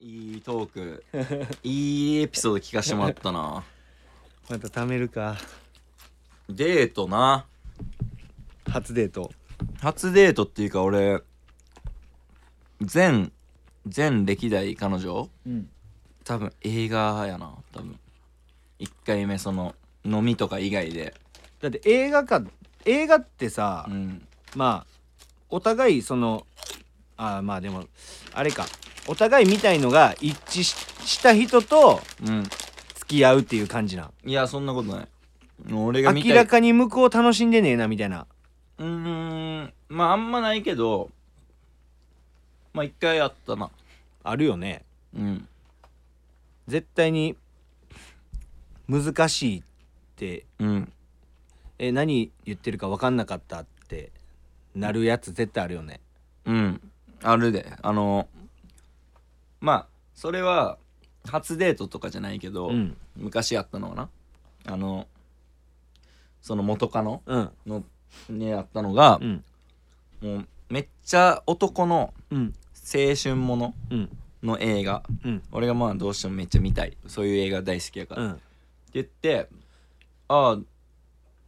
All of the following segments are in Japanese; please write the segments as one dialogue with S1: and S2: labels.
S1: いいトーク いいエピソード聞かしてもらったな
S2: また貯めるか
S1: デートな
S2: 初デート
S1: 初デートっていうか俺全全歴代彼女
S2: うん
S1: 多分映画やな多分1回目その飲みとか以外で
S2: だって映画か映画ってさ、
S1: うん
S2: まあお互いそのあーまあでもあれかお互いみたいのが一致しした人と
S1: うん
S2: 付き合うっていう感じなん
S1: いやそんなことない俺が見たい
S2: 明らかに向こう楽しんでねえなみたいな
S1: うーんまああんまないけどまあ一回あったな
S2: あるよね
S1: うん
S2: 絶対に難しいって
S1: うん
S2: え何言ってるか分かんなかったってなるやつ絶対あるよね
S1: うんあるであのまあそれは初デートとかじゃないけど、
S2: うん
S1: 昔あったのはなあのその元カノ
S2: うん
S1: のねあったのが
S2: う、ん
S1: もうめっちゃ男の
S2: うん
S1: 青春もの
S2: うん
S1: の映画
S2: うん
S1: 俺がまあどうしてもめっちゃ見たいそういう映画大好きやから、
S2: う
S1: って
S2: ん
S1: 言ってああ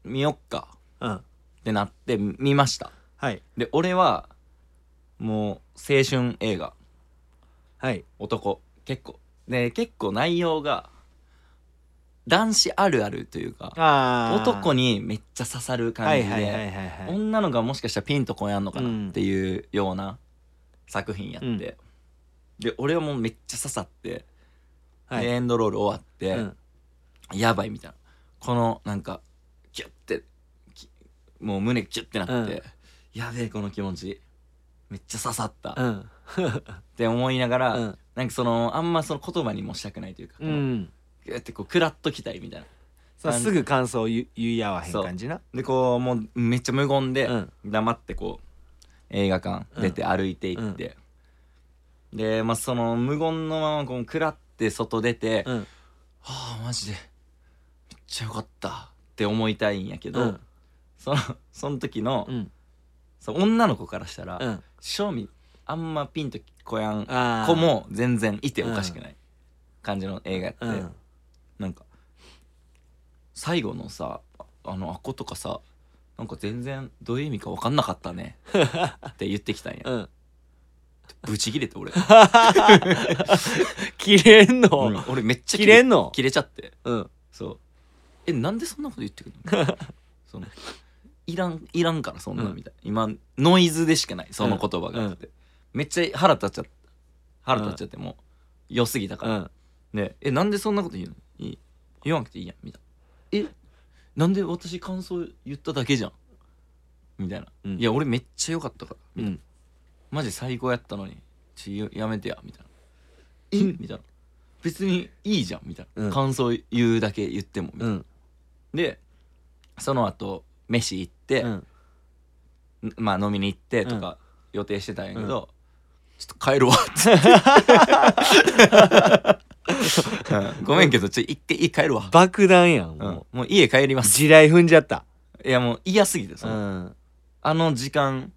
S1: 見よっか
S2: うん
S1: ってなって見ました
S2: はい
S1: で俺はもう青春映画
S2: はい
S1: 男結構で結構内容が男子あるあるというか
S2: あー
S1: 男にめっちゃ刺さる
S2: は
S1: 感
S2: い
S1: じ
S2: はいはいはい
S1: で
S2: はい
S1: 女の子がもしかしたらピンとこんやんのか
S2: う
S1: なんっていうような作品やって、
S2: うん
S1: で俺はもうめっちゃ刺さって、
S2: はい
S1: でエンドロール終わって、
S2: うん
S1: やばいみたいなこのなんかギュッてきもう胸ギュッてなって、
S2: うん
S1: やべえこの気持ちめっちゃ刺さったっ
S2: うん
S1: て思いながら、
S2: うん
S1: なんかそのあんまその言葉にもしたくないというか、こ
S2: う
S1: の
S2: ん
S1: ギュッてこうクラッときたいみたいな
S2: そうすぐ感想言う言い合わへん
S1: そう
S2: 感じな
S1: でこうもうめっちゃ無言で
S2: うん
S1: 黙ってこう映画館出て歩いていって、でまあその無言のままこうくらって外出て、
S2: うん
S1: はあマジでめっちゃよかったって思いたいんやけど、
S2: うん
S1: そのその時の、
S2: うん
S1: その女の子からしたら、
S2: うん
S1: 正味あんまピンとこやん
S2: あー
S1: 子も全然いておかしくない感じの映画やって、
S2: うん
S1: なんか最後のさああのアコとかさなんか全然どういう意味か分かんなかったねって言ってきたんや
S2: うん
S1: ブチ切れて俺、
S2: 切れん
S1: う
S2: の
S1: ん俺めっちゃ
S2: 切れんの
S1: 切れちゃって
S2: うん
S1: そうえなんでそんなこと言ってくるのそのいらんいらんからそんな
S2: うん
S1: みたいな、今ノイズでしかないその言葉があって、めっちゃ腹立っちゃった腹立っちゃってもう良すぎたか
S2: う
S1: ら、
S2: ん
S1: ねえなんでそんなこと言うのいい言わなくていいやんみたいなえなんで私感想言っただけじゃんみたいな、
S2: うん
S1: いや俺めっちゃ良かったからみ
S2: う
S1: たいなんマジ最高やったのにちょやめてやみたいな
S2: う
S1: え
S2: ん
S1: みたいな別にいいじゃんみたいな、
S2: うん
S1: 感想言うだけ言ってもみたいな
S2: うん
S1: でその後飯行って、
S2: うん
S1: まあ飲みに行ってとか予定してたんやけど、ちょっと帰る わってうんごめんけどちょ一回家帰るわ、
S2: 爆弾やん
S1: うん
S2: も
S1: もう家帰り
S2: う
S1: ます
S2: 地雷踏んじゃった
S1: いやもう嫌すぎてそうの、
S2: ん
S1: あの時間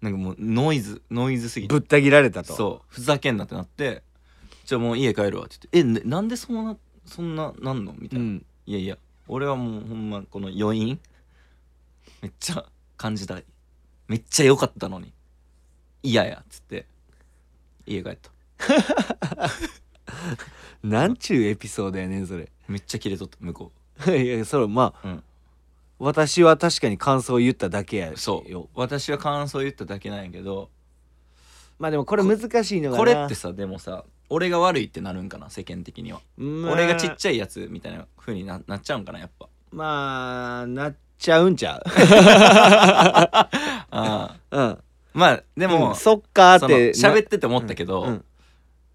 S1: なんかもうノイズノイズすぎて
S2: ぶった切られたと
S1: そうふざけんなってなってじゃあもう家帰るわって言ってえななんでそんなそんななんのみたいな、
S2: ん
S1: いやいや俺はもうほんまこの余韻めっちゃ感じたいめっちゃ良かったのに嫌やっつって家帰った
S2: なんちゅうエピソードやねんそれ
S1: めっちゃキレとった向こ
S2: いやそれまあ、
S1: うん
S2: 私は確かに感想を言っただけやよ
S1: うそう私は感想言っただけなんやけど
S2: まあでもこれ難しいのがな
S1: これってさでもさ俺が悪いってなるんかな世間的には
S2: まあ
S1: 俺がちっちゃいやつみたいな風にななっちゃうんかなやっ ぱ
S2: まあなっちゃうんちゃう
S1: あー
S2: うん
S1: まあでも、
S2: うんそっかー
S1: そ
S2: っ
S1: の
S2: てな
S1: 喋ってて思ったけど、
S2: うんうん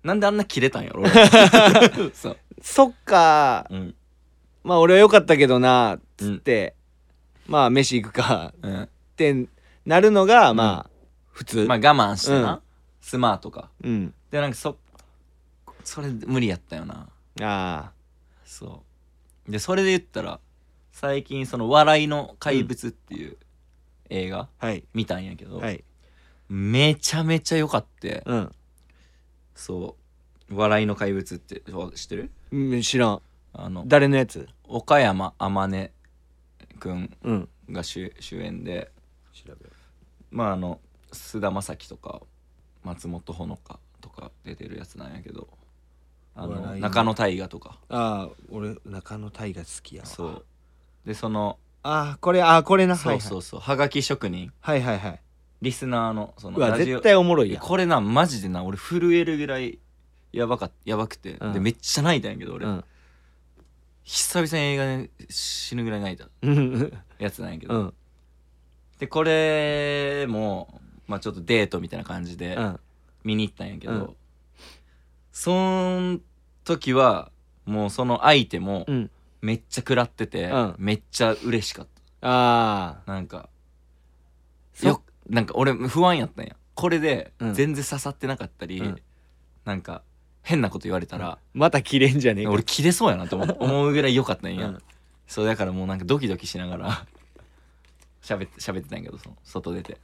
S1: なんであんなキレたんやろ 俺そう、
S2: そっかー
S1: うん
S2: まあ俺は良かったけどなーっつって、まあ飯行くか
S1: うん、
S2: ってなるのがまあ、普通
S1: まあ我慢してな、
S2: うん
S1: スマートか
S2: うん
S1: でなんかそそれ無理やったよな
S2: あ
S1: そうでそれで言ったら最近その「笑いの怪物」っていう映画
S2: あはい
S1: 見たんやけど、
S2: はい
S1: めちゃめちゃ良かって
S2: うん
S1: そう笑いの怪物ってわ知ってる
S2: うん知らん
S1: あの
S2: 誰のやつ
S1: 岡山天音くん
S2: うん
S1: が主主演で
S2: 調べよ
S1: まああの菅田将暉とか松本穂香とか出てるやつなんやけどあ
S2: お
S1: の
S2: 笑いの
S1: 中野大河とか
S2: ああ俺中野大河好きやわ
S1: そうでその
S2: ああこれああこれなは
S1: そ
S2: いうはい
S1: そうそうはがき職人
S2: はいはいはい
S1: リスナーのその
S2: うわ
S1: ラジオ
S2: 絶対おもろいやん
S1: これなマジでな俺震えるぐらいやばかっやばくて、
S2: うん
S1: でめっちゃ泣いたんやけど俺、
S2: うん
S1: 久々に映画で死ぬぐらい泣いた
S2: うん
S1: やつなんやけど、
S2: うん
S1: でこれもまあちょっとデートみたいな感じで
S2: うん
S1: 見に行ったんやけど、
S2: うん
S1: そん時はもうその相手も
S2: うん
S1: めっちゃ食らってて、
S2: うん
S1: めっちゃ嬉しかっ
S2: あ
S1: たなんか
S2: そ
S1: よなんか俺不安やったんやこれで
S2: うん
S1: 全然刺さってなかったり、
S2: うん
S1: なんか変なこと言われたら、
S2: また切れんじゃねえか
S1: 俺切れそうやなと思う 思うぐらい良かったんや、
S2: うん
S1: そうだからもうなんかドキドキしながら 喋って喋ってたんやけどその外出て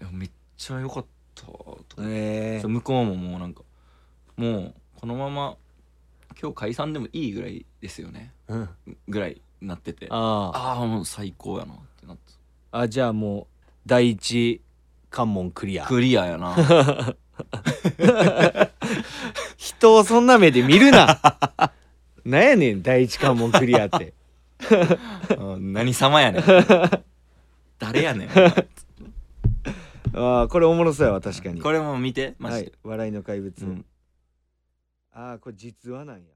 S1: いやめっちゃ良かったとか
S2: ええ
S1: そう向こうももうなんかもうこのまま今日解散でもいいぐらいですよね
S2: うん
S1: ぐらいなっててあ
S2: あ
S1: あーもう最高やなってなって
S2: ああじゃあもう第一関門クリア
S1: クリアやな
S2: 人をそんな目で見 るななんやねん第一関門クリアって
S1: うん何様 やねん誰やねんお前
S2: ああこれおもろそうやわ確かに
S1: これも見てマ
S2: は
S1: ジで
S2: い、笑いの怪物、
S1: うん
S2: ああこれ実話なんや